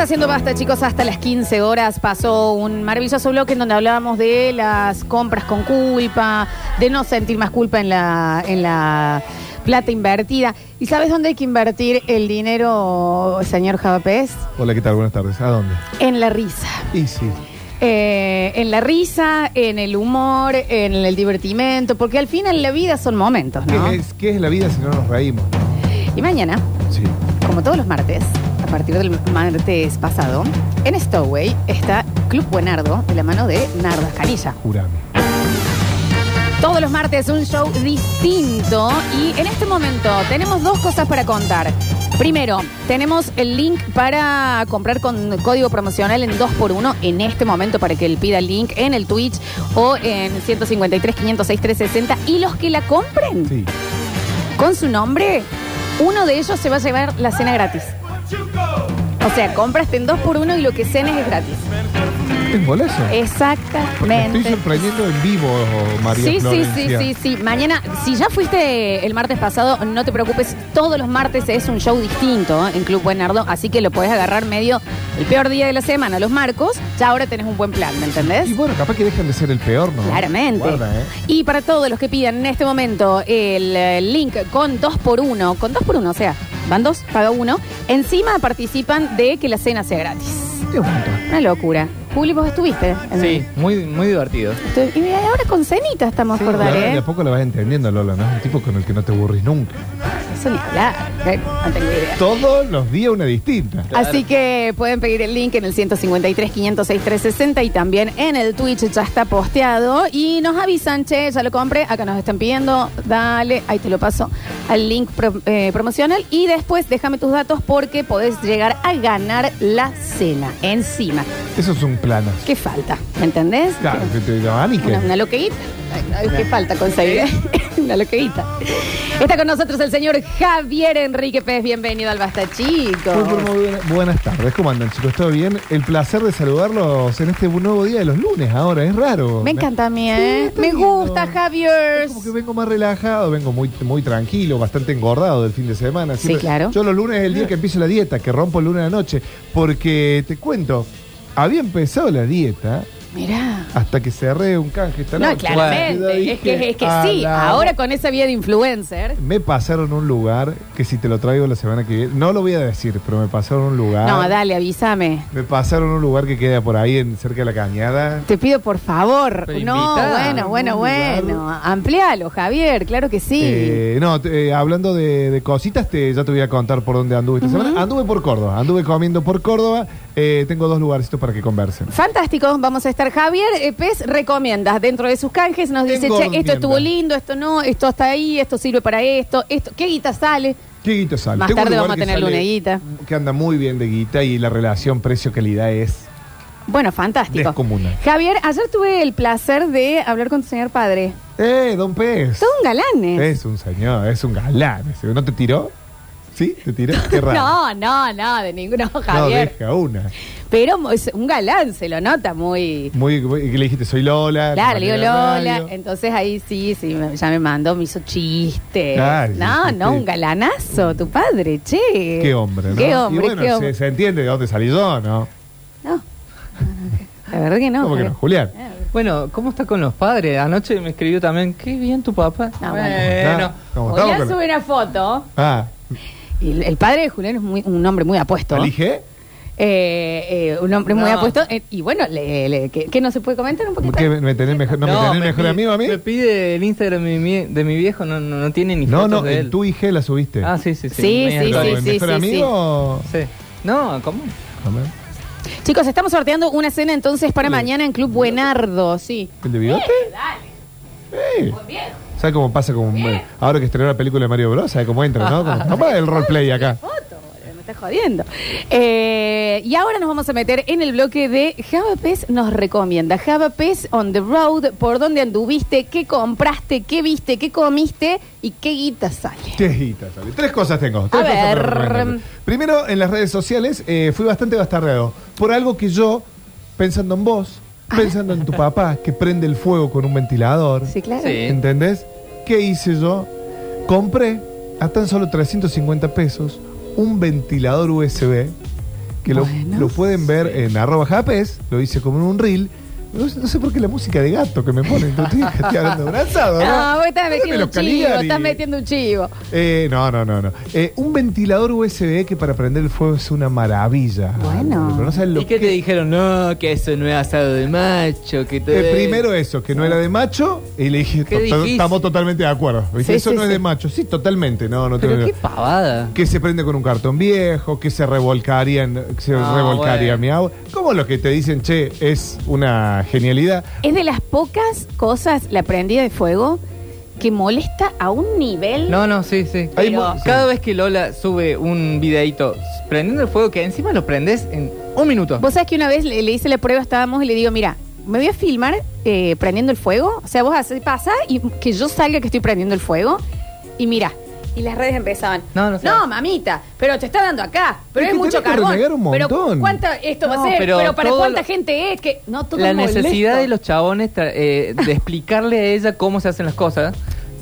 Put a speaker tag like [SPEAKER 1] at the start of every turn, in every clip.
[SPEAKER 1] haciendo basta, chicos. Hasta las 15 horas pasó un maravilloso bloque en donde hablábamos de las compras con culpa, de no sentir más culpa en la, en la plata invertida. ¿Y sabes dónde hay que invertir el dinero, señor Javapés?
[SPEAKER 2] Hola, ¿qué tal? Buenas tardes. ¿A dónde?
[SPEAKER 1] En la risa.
[SPEAKER 2] Y sí.
[SPEAKER 1] Eh, en la risa, en el humor, en el divertimento, porque al final la vida son momentos,
[SPEAKER 2] ¿Qué,
[SPEAKER 1] ¿no?
[SPEAKER 2] es, qué es la vida si no nos reímos?
[SPEAKER 1] Y mañana,
[SPEAKER 2] Sí.
[SPEAKER 1] como todos los martes, a partir del martes pasado, en Stoway está Club Buenardo de la mano de Nardo Escanilla.
[SPEAKER 2] Jurame.
[SPEAKER 1] Todos los martes un show distinto y en este momento tenemos dos cosas para contar. Primero, tenemos el link para comprar con código promocional en 2x1 en este momento para que él pida el link en el Twitch o en 153 506 360 y los que la compren
[SPEAKER 2] Sí.
[SPEAKER 1] con su nombre, uno de ellos se va a llevar la cena gratis. O sea, compraste en 2x1 y lo que cenes es gratis.
[SPEAKER 2] ¿Es bolazo?
[SPEAKER 1] Eh,
[SPEAKER 2] Porque me estoy
[SPEAKER 1] Exactamente.
[SPEAKER 2] sorprendiendo en vivo, María
[SPEAKER 1] Sí, sí, sí,
[SPEAKER 2] Florencia.
[SPEAKER 1] sí, sí. Mañana, si ya fuiste el martes pasado, no te preocupes. Todos los martes es un show distinto ¿eh? en Club Buenardo, así que lo podés agarrar medio el peor día de la semana, los marcos. Ya ahora tenés un buen plan, ¿me entendés?
[SPEAKER 2] Y bueno, capaz que dejan de ser el peor, ¿no?
[SPEAKER 1] Claramente.
[SPEAKER 2] Guarda, ¿eh?
[SPEAKER 1] Y para todos los que pidan en este momento el eh, link con 2x1, con 2x1, o sea, van dos, paga uno, encima participan de que la cena sea gratis.
[SPEAKER 2] Es un montón.
[SPEAKER 1] Una locura. Juli, vos estuviste. en
[SPEAKER 3] Sí, muy, muy divertido.
[SPEAKER 1] el- Y ahora con cenita estamos por dar,
[SPEAKER 2] Y ahora
[SPEAKER 1] ¿eh?
[SPEAKER 2] De a poco la vas entendiendo, Lola, ¿no? Es un tipo con el que no te aburrís nunca.
[SPEAKER 1] Eso ni hablar, ¿eh? No tengo idea.
[SPEAKER 2] Todos los días una distinta.
[SPEAKER 3] Claro.
[SPEAKER 1] Así que pueden pedir el link en el 153 506 360 y también en el Twitch ya está posteado. Y nos avisan, che, ya lo compré, acá nos están pidiendo, dale, ahí te lo paso al link pro- eh, promocional. Y después déjame tus datos porque podés llegar a ganar la cena encima.
[SPEAKER 2] Eso es un plano.
[SPEAKER 1] ¿Qué falta? ¿Me entendés?
[SPEAKER 2] Claro, que te digan, ¿y qué?
[SPEAKER 1] Una, una loqueíta. Ay, ay, ¿Qué falta conseguir? eh? una loqueíta. Está con nosotros el señor Javier Enrique Pérez. Bienvenido al Basta,
[SPEAKER 2] Muy, muy,
[SPEAKER 1] chicos.
[SPEAKER 2] muy buena- buenas tardes, ¿cómo andan chicos? ¿Todo bien? El placer de saludarlos en este nuevo día de los lunes ahora, es raro.
[SPEAKER 1] Me encanta a mí, ¿eh?
[SPEAKER 2] está
[SPEAKER 1] Me
[SPEAKER 2] lindo.
[SPEAKER 1] gusta, Javier.
[SPEAKER 2] Como que vengo más relajado, vengo muy, muy tranquilo, bastante engordado del fin de semana.
[SPEAKER 1] Sí, claro. Eh.
[SPEAKER 2] Yo los lunes es el día que empiezo la dieta, que rompo el lunes a la noche. Porque te cuento, había empezado la dieta
[SPEAKER 1] Mirá.
[SPEAKER 2] hasta que cerré un canje esta
[SPEAKER 1] No,
[SPEAKER 2] noche.
[SPEAKER 1] claramente.
[SPEAKER 2] Bueno,
[SPEAKER 1] es que, es que
[SPEAKER 2] a
[SPEAKER 1] sí,
[SPEAKER 2] la-
[SPEAKER 1] ahora con esa vía de influencer.
[SPEAKER 2] Me pasaron un lugar que si te lo traigo la semana que viene, no lo voy a decir, pero me pasaron un lugar.
[SPEAKER 1] No, dale, avísame.
[SPEAKER 2] Me pasaron un lugar que queda por ahí, en, cerca de la cañada.
[SPEAKER 1] Te pido por favor.
[SPEAKER 3] Pero
[SPEAKER 1] No,
[SPEAKER 3] invita.
[SPEAKER 1] bueno, bueno, bueno. Amplialo, Javier, claro que sí.
[SPEAKER 2] Eh, no, te- eh, hablando de, de cositas, te, ya te voy a contar por dónde anduve esta semana. Anduve por Córdoba, anduve comiendo por Córdoba. Eh, tengo dos lugarcitos para que conversen.
[SPEAKER 1] Fantástico, vamos a estar. Javier eh, Pez recomienda dentro de sus canjes, nos dice,
[SPEAKER 2] Tengo
[SPEAKER 1] che, esto
[SPEAKER 2] enmienda.
[SPEAKER 1] estuvo lindo, esto no, esto está ahí, esto sirve para esto, esto, ¿qué guita sale?
[SPEAKER 2] ¿Qué guita sale?
[SPEAKER 1] Más
[SPEAKER 2] Tengo un
[SPEAKER 1] tarde
[SPEAKER 2] lugar
[SPEAKER 1] vamos a
[SPEAKER 2] que
[SPEAKER 1] tener
[SPEAKER 2] sale-
[SPEAKER 1] luneguita.
[SPEAKER 2] Que anda muy bien de guita y la relación precio-calidad es.
[SPEAKER 1] Bueno, fantástico.
[SPEAKER 2] Descomunal.
[SPEAKER 1] Javier, ayer tuve el placer de hablar con tu señor padre.
[SPEAKER 2] ¡Eh, don Pez!
[SPEAKER 1] Todo un galán. ¿eh?
[SPEAKER 2] Es un señor, es un galán. ese. ¿No te tiró? ¿Sí? ¿Te tiró? Qué raro.
[SPEAKER 1] No, no, no, de ninguno,
[SPEAKER 2] No,
[SPEAKER 1] Javier.
[SPEAKER 2] deja una.
[SPEAKER 1] Pero es un galán se lo nota muy.
[SPEAKER 2] Muy, muy- que le dijiste, soy Lola.
[SPEAKER 1] Claro, le digo
[SPEAKER 2] compañera de
[SPEAKER 1] Lola. eh,
[SPEAKER 2] radio.
[SPEAKER 1] Entonces ahí sí, sí, me- ya me mandó, me hizo chistes.
[SPEAKER 2] Claro,
[SPEAKER 1] no,
[SPEAKER 2] sí,
[SPEAKER 1] no,
[SPEAKER 2] sí.
[SPEAKER 1] un galanazo, tu padre, che.
[SPEAKER 2] Qué hombre, ¿no?
[SPEAKER 1] Qué hombre,
[SPEAKER 2] y bueno,
[SPEAKER 1] qué
[SPEAKER 2] se-
[SPEAKER 1] hombre.
[SPEAKER 2] Se, entiende de dónde salí yo, ¿no?
[SPEAKER 1] No, no, no, la verdad que no. eh.
[SPEAKER 2] ¿Cómo que no? Julián.
[SPEAKER 3] Bueno, ¿cómo está con los padres? Anoche me escribió también, qué bien tu papá.
[SPEAKER 1] Ah,
[SPEAKER 3] bueno.
[SPEAKER 2] Ah, ¿cómo estamos
[SPEAKER 1] Julián
[SPEAKER 2] con-
[SPEAKER 1] sube una foto.
[SPEAKER 2] Ah,
[SPEAKER 1] Y el, el padre de Julián es muy- un hombre muy apuesto.
[SPEAKER 2] ¿elige?
[SPEAKER 1] Eh, eh, un hombre muy
[SPEAKER 3] No.
[SPEAKER 1] apuesto. eh, y bueno, le, le- que, que no se puede comentar un poquito.
[SPEAKER 2] ¿Qué, ¿Me tenés mejor, no, me tenés
[SPEAKER 3] me
[SPEAKER 2] mejor
[SPEAKER 3] pide-
[SPEAKER 2] amigo a mí?
[SPEAKER 3] Me pide el Instagram de mi, de mi viejo, no, no, no tiene ni
[SPEAKER 2] No,
[SPEAKER 3] fotos
[SPEAKER 2] no,
[SPEAKER 3] de él.
[SPEAKER 2] en tu IG la subiste.
[SPEAKER 3] Ah, sí, sí, sí.
[SPEAKER 1] Sí,
[SPEAKER 3] me
[SPEAKER 1] sí,
[SPEAKER 2] Claro,
[SPEAKER 3] había
[SPEAKER 2] ¿el
[SPEAKER 1] sí,
[SPEAKER 3] olvidado.
[SPEAKER 2] mejor
[SPEAKER 1] sí, sí.
[SPEAKER 2] amigo?
[SPEAKER 3] Sí. No, ¿cómo?
[SPEAKER 2] A ver,
[SPEAKER 1] Chicos, estamos sorteando una cena entonces para mañana en Club Buenardo, sí.
[SPEAKER 2] ¿El de bigote? Sí. ¿Sabes cómo pasa con... Ahora que estrenó la película de Mario Bros, ¿sabes cómo entra, no? Como, ¿Cómo va el roleplay acá?
[SPEAKER 1] Foto, boludo, me estás jodiendo. Eh, y ahora nos vamos a meter en el bloque de Java Pes nos recomienda. Java Pes on the road, por dónde anduviste, qué compraste, qué viste, qué comiste y qué guita sale.
[SPEAKER 2] Tejita, sale. Tres cosas tengo. tres
[SPEAKER 1] A
[SPEAKER 2] cosas para
[SPEAKER 1] ver.
[SPEAKER 2] recomendarles. Primero, en las redes sociales eh, fui bastante bastardeado por algo que yo, pensando en vos, pensando en tu papá, que prende el fuego con un ventilador,
[SPEAKER 1] Sí, claro.
[SPEAKER 3] Sí.
[SPEAKER 2] ¿entendés? ¿Qué hice yo? Compré a tan solo 350 pesos un ventilador USB que lo,
[SPEAKER 1] Bueno.
[SPEAKER 2] lo pueden ver en arroba japes, lo hice como en un reel. No, sé- no sé por qué la música de gato que me ponen, no estoy, estoy hablando abrazado.
[SPEAKER 1] No, Ah, vos estás metiendo
[SPEAKER 2] Dámelo,
[SPEAKER 1] un chivo,
[SPEAKER 2] Caligari.
[SPEAKER 1] estás metiendo un chivo.
[SPEAKER 2] Eh, no, no, no, no. Eh, un ventilador USB que para prender el fuego es una maravilla.
[SPEAKER 1] Bueno.
[SPEAKER 2] Pero No sabes lo
[SPEAKER 3] ¿Y qué
[SPEAKER 2] que-
[SPEAKER 3] te dijeron? No, que eso no es asado de macho, que todo
[SPEAKER 1] Este,
[SPEAKER 2] Eh,
[SPEAKER 3] es-
[SPEAKER 2] primero eso, que no era de macho, y le dije,
[SPEAKER 3] Qué
[SPEAKER 2] "Tota-
[SPEAKER 3] difícil".
[SPEAKER 2] estamos totalmente de acuerdo. Dije,
[SPEAKER 1] Sí,
[SPEAKER 2] eso
[SPEAKER 1] sí,
[SPEAKER 2] no
[SPEAKER 1] sí.
[SPEAKER 2] es de macho. Sí, totalmente, no, no
[SPEAKER 3] Pero
[SPEAKER 2] tengo-
[SPEAKER 3] qué pavada.
[SPEAKER 2] Que se prende con un cartón viejo, que se revolcaría, en- que se
[SPEAKER 3] Ah,
[SPEAKER 2] revolcaría
[SPEAKER 3] bueno.
[SPEAKER 2] mi agua. Como los que te dicen, che, es una genialidad.
[SPEAKER 1] Es de las pocas cosas, la prendida de fuego, que molesta a un nivel.
[SPEAKER 3] No, no, sí, sí.
[SPEAKER 1] Hay
[SPEAKER 3] Pero
[SPEAKER 1] mu-
[SPEAKER 3] cada vez que Lola sube un videito prendiendo el fuego, que encima lo prendes en un minuto.
[SPEAKER 1] Vos sabés que una vez le, le hice la prueba, estábamos y le digo, mira, me voy a filmar eh, prendiendo el fuego. O sea, vos haces, pasa y que yo salga que estoy prendiendo el fuego. Y mira, y las redes empezaban.
[SPEAKER 3] No, no sé.
[SPEAKER 1] mamita, pero te está dando acá. Pero es,
[SPEAKER 2] Es que
[SPEAKER 1] mucho
[SPEAKER 2] tenés que
[SPEAKER 1] carbón.
[SPEAKER 2] renegar un
[SPEAKER 1] Pero
[SPEAKER 2] montón.
[SPEAKER 1] cuánta esto va
[SPEAKER 3] No,
[SPEAKER 1] a ser, pero,
[SPEAKER 3] pero
[SPEAKER 1] para
[SPEAKER 3] todo
[SPEAKER 1] cuánta
[SPEAKER 3] lo-
[SPEAKER 1] gente es que no todo
[SPEAKER 3] la
[SPEAKER 1] es molesto.
[SPEAKER 3] necesidad de los chabones tra- eh, de explicarle a ella cómo se hacen las cosas.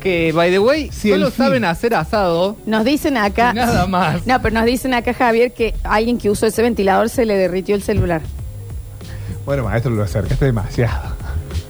[SPEAKER 3] Que, by the way,
[SPEAKER 2] Si
[SPEAKER 3] solo
[SPEAKER 2] el fin-
[SPEAKER 3] saben hacer asado.
[SPEAKER 1] Nos dicen acá.
[SPEAKER 3] Y nada más.
[SPEAKER 1] No, pero nos dicen acá, Javier, que alguien que usó ese ventilador se le derritió el celular.
[SPEAKER 2] Bueno, maestro, lo acercaste demasiado.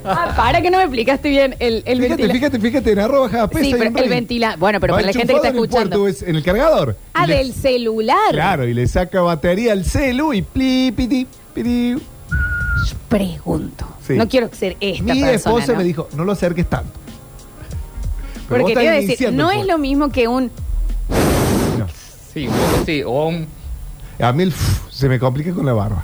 [SPEAKER 1] Ah, para que no me explicaste bien el, el
[SPEAKER 2] fíjate,
[SPEAKER 1] ventilador.
[SPEAKER 2] fíjate, fíjate, en arroba japes.
[SPEAKER 1] Sí,
[SPEAKER 2] hay
[SPEAKER 1] pero
[SPEAKER 2] un
[SPEAKER 1] el
[SPEAKER 2] reel.
[SPEAKER 1] ventila- bueno, pero
[SPEAKER 2] Va
[SPEAKER 1] para la gente que está
[SPEAKER 2] enchufado en el
[SPEAKER 1] escuchando.
[SPEAKER 2] puerto, es- en el cargador.
[SPEAKER 1] Ah,
[SPEAKER 2] Y le-
[SPEAKER 1] del celular.
[SPEAKER 2] Claro, y le saca batería al celu y pli, piti, piti.
[SPEAKER 1] Yo pregunto.
[SPEAKER 2] Sí.
[SPEAKER 1] No quiero ser esta
[SPEAKER 2] Mi
[SPEAKER 1] persona.
[SPEAKER 2] esposa
[SPEAKER 1] ¿no?
[SPEAKER 2] me dijo, no lo acerques tanto. Pero vos
[SPEAKER 1] Porque
[SPEAKER 2] estás pues,
[SPEAKER 1] te iba a decir,
[SPEAKER 2] iniciando
[SPEAKER 1] no
[SPEAKER 2] el
[SPEAKER 1] es lo mismo que un.
[SPEAKER 2] fuego.
[SPEAKER 3] Sí, un poco sí. O un-
[SPEAKER 2] No. A mí el f- se me complica con la barba.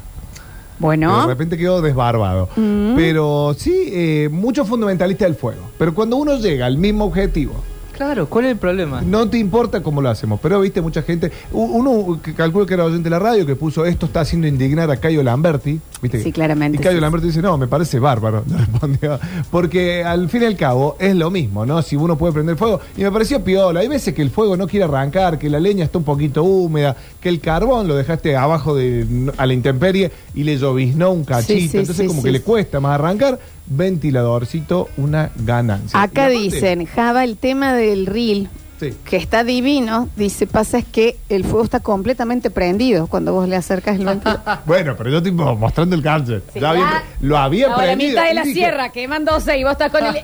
[SPEAKER 2] De
[SPEAKER 1] Bueno,
[SPEAKER 2] repente quedo desbarbado.
[SPEAKER 1] Mm.
[SPEAKER 2] Pero sí, eh, mucho fundamentalista del fuego. Pero cuando uno llega al mismo objetivo,
[SPEAKER 3] Claro, ¿cuál es el problema?
[SPEAKER 2] no te importa cómo lo hacemos. Pero viste, mucha gente. u- Uno que calculo que era oyente de la radio que puso esto está haciendo indignar a Cayo Lamberti. ¿viste?
[SPEAKER 1] Sí, claramente,
[SPEAKER 2] Y Cayo
[SPEAKER 1] sí,
[SPEAKER 2] Lamberti dice, no, me parece bárbaro. le respondió. Porque al fin y al cabo es lo mismo, ¿no? Si uno puede prender fuego. Y me pareció piola. Hay veces que el fuego no quiere arrancar, que la leña está un poquito húmeda, que el carbón lo dejaste abajo de, a la intemperie y le lloviznó un cachito.
[SPEAKER 1] Sí, sí,
[SPEAKER 2] Entonces,
[SPEAKER 1] sí,
[SPEAKER 2] como
[SPEAKER 1] sí.
[SPEAKER 2] que le cuesta más arrancar. Ventiladorcito, una ganancia.
[SPEAKER 1] acá
[SPEAKER 2] Y aparte-
[SPEAKER 1] dicen, Java, el tema del reel,
[SPEAKER 2] Sí.
[SPEAKER 1] que está divino, dice, pasa es que el fuego está completamente prendido cuando vos le acercas el ventilador.
[SPEAKER 2] Bueno, pero yo estoy mo- mostrando el cáncer.
[SPEAKER 1] Sí,
[SPEAKER 2] Ya había-
[SPEAKER 1] ya.
[SPEAKER 2] lo había
[SPEAKER 1] Ahora, la
[SPEAKER 2] prendido.
[SPEAKER 1] mitad de
[SPEAKER 2] Y
[SPEAKER 1] la
[SPEAKER 2] dije-
[SPEAKER 1] sierra quemándose y vos estás con el.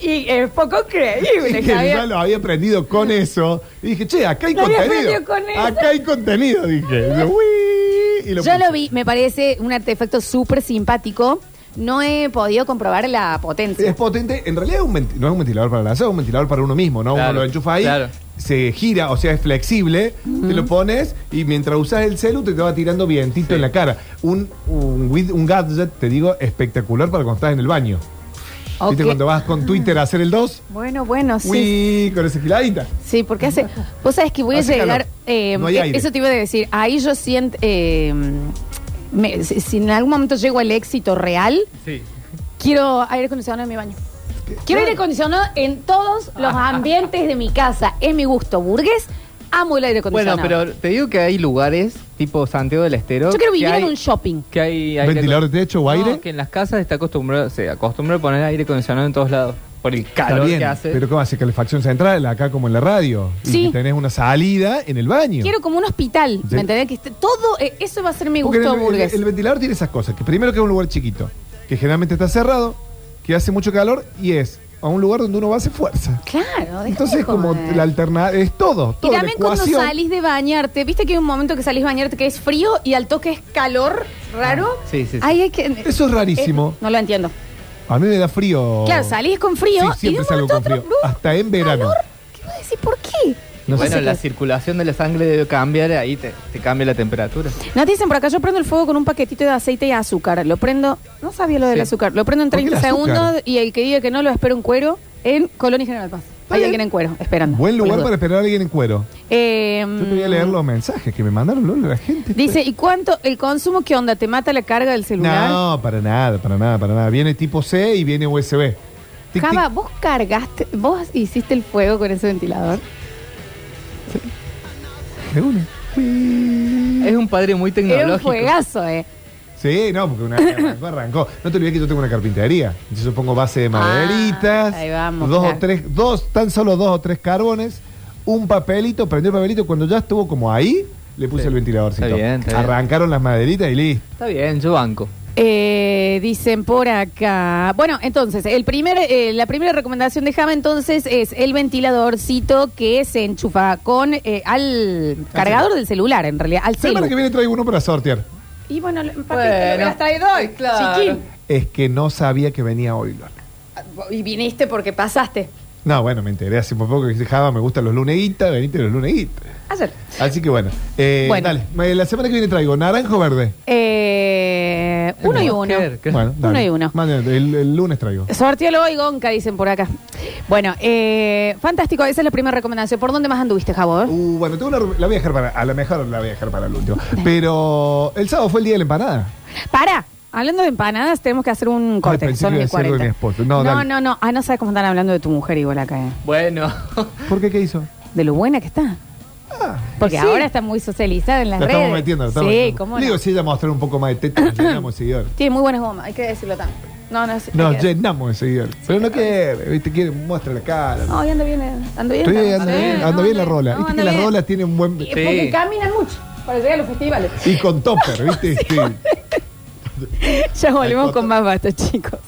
[SPEAKER 1] y es poco creíble,
[SPEAKER 2] dije, ya
[SPEAKER 1] Javier.
[SPEAKER 2] lo había prendido con eso. Y dije, che, acá hay
[SPEAKER 1] Lo había
[SPEAKER 2] contenido.
[SPEAKER 1] prendido con eso.
[SPEAKER 2] Acá hay contenido, dije. Y yo, "Uy", y lo
[SPEAKER 1] Yo
[SPEAKER 2] puse.
[SPEAKER 1] lo vi, me parece un artefacto súper simpático. No he podido comprobar la
[SPEAKER 2] Es
[SPEAKER 1] potencia.
[SPEAKER 2] potente. En realidad es un venti- no es un ventilador para la sala, es un ventilador para uno mismo, ¿no?
[SPEAKER 3] Claro,
[SPEAKER 2] uno lo enchufa ahí,
[SPEAKER 3] claro.
[SPEAKER 2] se gira, o sea, es flexible, te lo pones y mientras usas el celu te, te va tirando vientito en la cara. Un, un, wid- un gadget, te digo, espectacular para cuando estás en el baño. ¿Viste
[SPEAKER 1] Ok.
[SPEAKER 2] cuando vas con Twitter a hacer el 2?
[SPEAKER 1] Bueno, bueno, sí.
[SPEAKER 2] Uy, con esa giladita.
[SPEAKER 1] Sí, porque hace. Vos sabés que voy a
[SPEAKER 2] Hace
[SPEAKER 1] llegar.
[SPEAKER 2] calor.
[SPEAKER 1] eh,
[SPEAKER 2] No hay
[SPEAKER 1] eh,
[SPEAKER 2] aire.
[SPEAKER 1] Eso te iba a decir. Ahí yo siento. eh, me- si, si en algún momento llego al éxito real,
[SPEAKER 3] Sí.
[SPEAKER 1] quiero aire acondicionado en mi baño. Quiero aire acondicionado en todos los
[SPEAKER 2] Ah.
[SPEAKER 1] ambientes de mi casa. Es mi gusto. Burgués, amo el aire
[SPEAKER 3] Bueno,
[SPEAKER 1] acondicionado.
[SPEAKER 3] pero te digo que hay lugares tipo Santiago del Estero.
[SPEAKER 1] Yo quiero vivir
[SPEAKER 3] que hay-
[SPEAKER 1] en un shopping.
[SPEAKER 3] Que hay aire
[SPEAKER 2] ¿Ventilador de techo o
[SPEAKER 3] acon-
[SPEAKER 2] aire?
[SPEAKER 3] No, que en las casas está acostumbrado, se acostumbra a poner aire acondicionado en todos lados. Por el calor
[SPEAKER 2] bien,
[SPEAKER 3] que hace.
[SPEAKER 2] Pero ¿cómo hace calefacción central acá como en la radio?
[SPEAKER 1] Sí.
[SPEAKER 2] Y que tenés una salida en el baño.
[SPEAKER 1] Quiero como un hospital,
[SPEAKER 2] Sí.
[SPEAKER 1] ¿me entendés? Que esté- todo, eh, eso va a ser mi
[SPEAKER 2] Porque el,
[SPEAKER 1] gusto
[SPEAKER 2] el-
[SPEAKER 1] burgués.
[SPEAKER 2] el ventilador tiene esas cosas, que primero que es un lugar chiquito, que generalmente está cerrado, que hace mucho calor y es a un lugar donde uno va a hacer fuerza.
[SPEAKER 1] claro,
[SPEAKER 2] Entonces
[SPEAKER 1] déjame
[SPEAKER 2] como
[SPEAKER 1] joder.
[SPEAKER 2] la alternativa es todo,
[SPEAKER 1] Y
[SPEAKER 2] toda la
[SPEAKER 1] también cuando
[SPEAKER 2] ecuación.
[SPEAKER 1] salís de bañarte, viste que hay un momento que salís de bañarte que es frío y al toque es calor raro.
[SPEAKER 3] Ah, sí, sí, sí.
[SPEAKER 1] Ahí hay que,
[SPEAKER 2] Eso es rarísimo.
[SPEAKER 1] Eh, no lo entiendo.
[SPEAKER 2] A mí me da frío.
[SPEAKER 1] Claro, salís con frío
[SPEAKER 2] Oh. Sí,
[SPEAKER 1] y de
[SPEAKER 2] siempre
[SPEAKER 1] un
[SPEAKER 2] salgo
[SPEAKER 1] momento a
[SPEAKER 2] con
[SPEAKER 1] otro,
[SPEAKER 2] frío. Ah.
[SPEAKER 1] uh,
[SPEAKER 2] Hasta en verano.
[SPEAKER 1] calor. ¿Qué voy a decir? ¿Por qué?
[SPEAKER 2] No sé
[SPEAKER 3] bueno,
[SPEAKER 1] si
[SPEAKER 3] la
[SPEAKER 1] es-
[SPEAKER 3] circulación de la sangre debe cambiar, ahí te, te cambia la temperatura.
[SPEAKER 1] Nos dicen por acá, yo prendo el fuego con un paquetito de aceite y azúcar. Lo prendo, no sabía lo del
[SPEAKER 3] Sí.
[SPEAKER 1] azúcar, lo prendo en
[SPEAKER 2] ¿Por qué
[SPEAKER 1] 30
[SPEAKER 2] el azúcar?
[SPEAKER 1] segundos y el que diga que no lo espero en cuero en Colonia General Paz. Hay
[SPEAKER 2] bien.
[SPEAKER 1] alguien en cuero, esperando.
[SPEAKER 2] Buen lugar
[SPEAKER 1] Boludo.
[SPEAKER 2] para esperar a alguien en cuero.
[SPEAKER 1] Eh,
[SPEAKER 2] Yo quería leer los mensajes que me mandaron Lola, la gente.
[SPEAKER 1] Dice, ¿y cuánto el consumo qué onda? ¿Te mata la carga del celular?
[SPEAKER 2] No, para nada, para nada, para nada. Viene tipo C y viene USB. Tic,
[SPEAKER 1] Java,
[SPEAKER 2] tic.
[SPEAKER 1] vos cargaste, vos hiciste el fuego con ese ventilador.
[SPEAKER 2] De una.
[SPEAKER 3] Es un padre muy
[SPEAKER 1] Era un
[SPEAKER 3] tecnológico.
[SPEAKER 1] fuegazo, eh.
[SPEAKER 2] Sí, no, porque una arrancó, arrancó. No te olvides que yo tengo una carpintería. Entonces yo pongo base de maderitas.
[SPEAKER 1] Ah, ahí vamos,
[SPEAKER 2] Dos
[SPEAKER 1] claro.
[SPEAKER 2] o tres, dos, tan solo dos o tres carbones. Un papelito, prendió el papelito. Cuando ya estuvo como ahí, le puse
[SPEAKER 3] Sí.
[SPEAKER 2] el ventiladorcito.
[SPEAKER 3] Está bien, está bien.
[SPEAKER 2] Arrancaron las maderitas y listo.
[SPEAKER 3] Está bien, yo banco.
[SPEAKER 1] Eh, dicen por acá. Bueno, entonces, el primer, eh, la primera recomendación de Java entonces es el ventiladorcito que se enchufa con eh, al cargador del celular, en realidad, al
[SPEAKER 2] Semana que
[SPEAKER 1] celular.
[SPEAKER 2] viene traigo uno para sortear.
[SPEAKER 1] Y bueno, lo- papi, te
[SPEAKER 3] Bueno.
[SPEAKER 1] lo hubieras traído hoy,
[SPEAKER 3] Claro.
[SPEAKER 1] chiquín.
[SPEAKER 2] Es que no sabía que venía Oilor.
[SPEAKER 1] Y viniste porque pasaste.
[SPEAKER 2] No, bueno, me enteré hace muy poco que dije, Java, me gustan los luneguitas, venite los luneguitas.
[SPEAKER 1] Ayer.
[SPEAKER 2] Así que bueno, eh,
[SPEAKER 1] Bueno.
[SPEAKER 2] dale, me- la semana que viene traigo naranjo o verde.
[SPEAKER 1] Eh, uno y uno.
[SPEAKER 3] ¿Qué?
[SPEAKER 2] Bueno,
[SPEAKER 1] Uno y uno.
[SPEAKER 2] Mañana, el, el lunes traigo.
[SPEAKER 1] Sortealo hoy, Gonca, dicen por acá. Bueno, eh, fantástico, esa es la primera recomendación. ¿Por dónde más anduviste, Javo?
[SPEAKER 2] Uh, bueno, tengo una, la voy a dejar para, a lo mejor la voy a dejar para el último. Pero el sábado fue el día de la empanada.
[SPEAKER 1] Para. Hablando de empanadas, tenemos que hacer un corte.
[SPEAKER 2] pensé
[SPEAKER 1] Son de
[SPEAKER 2] que iba a decir
[SPEAKER 1] 40.
[SPEAKER 2] de mi esposo. No,
[SPEAKER 1] no,
[SPEAKER 2] dale.
[SPEAKER 1] no, no. Ah, no sabes cómo están hablando de tu mujer igual acá. eh.
[SPEAKER 3] Bueno.
[SPEAKER 2] ¿Por qué qué hizo?
[SPEAKER 1] De lo buena que está.
[SPEAKER 2] Ah,
[SPEAKER 1] Porque
[SPEAKER 3] Sí.
[SPEAKER 1] ahora está muy socializada en las
[SPEAKER 2] la
[SPEAKER 1] redes.
[SPEAKER 2] estamos metiendo, la estamos
[SPEAKER 1] sí,
[SPEAKER 2] metiendo.
[SPEAKER 1] cómo
[SPEAKER 2] Digo,
[SPEAKER 1] no.
[SPEAKER 2] si ella mostrar un poco más de teta, nos llenamos de seguidores.
[SPEAKER 1] Tiene muy buenas gomas, hay que decirlo también. No, no, sí. hay
[SPEAKER 2] Nos
[SPEAKER 1] que-
[SPEAKER 2] llenamos de seguidores. Pero no quiere, viste, quiere, muestra la cara.
[SPEAKER 1] No, hoy anda bien, eh, anda bien.
[SPEAKER 2] Estoy
[SPEAKER 1] anda-
[SPEAKER 2] anda bien,
[SPEAKER 1] Sí,
[SPEAKER 2] anda
[SPEAKER 1] no,
[SPEAKER 2] bien la
[SPEAKER 1] anda-
[SPEAKER 2] rola.
[SPEAKER 1] no,
[SPEAKER 2] Viste
[SPEAKER 1] anda
[SPEAKER 2] que la
[SPEAKER 1] bien.
[SPEAKER 2] rola tiene un buen.
[SPEAKER 1] Y- Porque
[SPEAKER 3] Sí.
[SPEAKER 1] caminan mucho para llegar a los festivales.
[SPEAKER 2] Y con topper, ¿viste? Este, Sí.
[SPEAKER 1] Ya volvemos con más basta, chicos.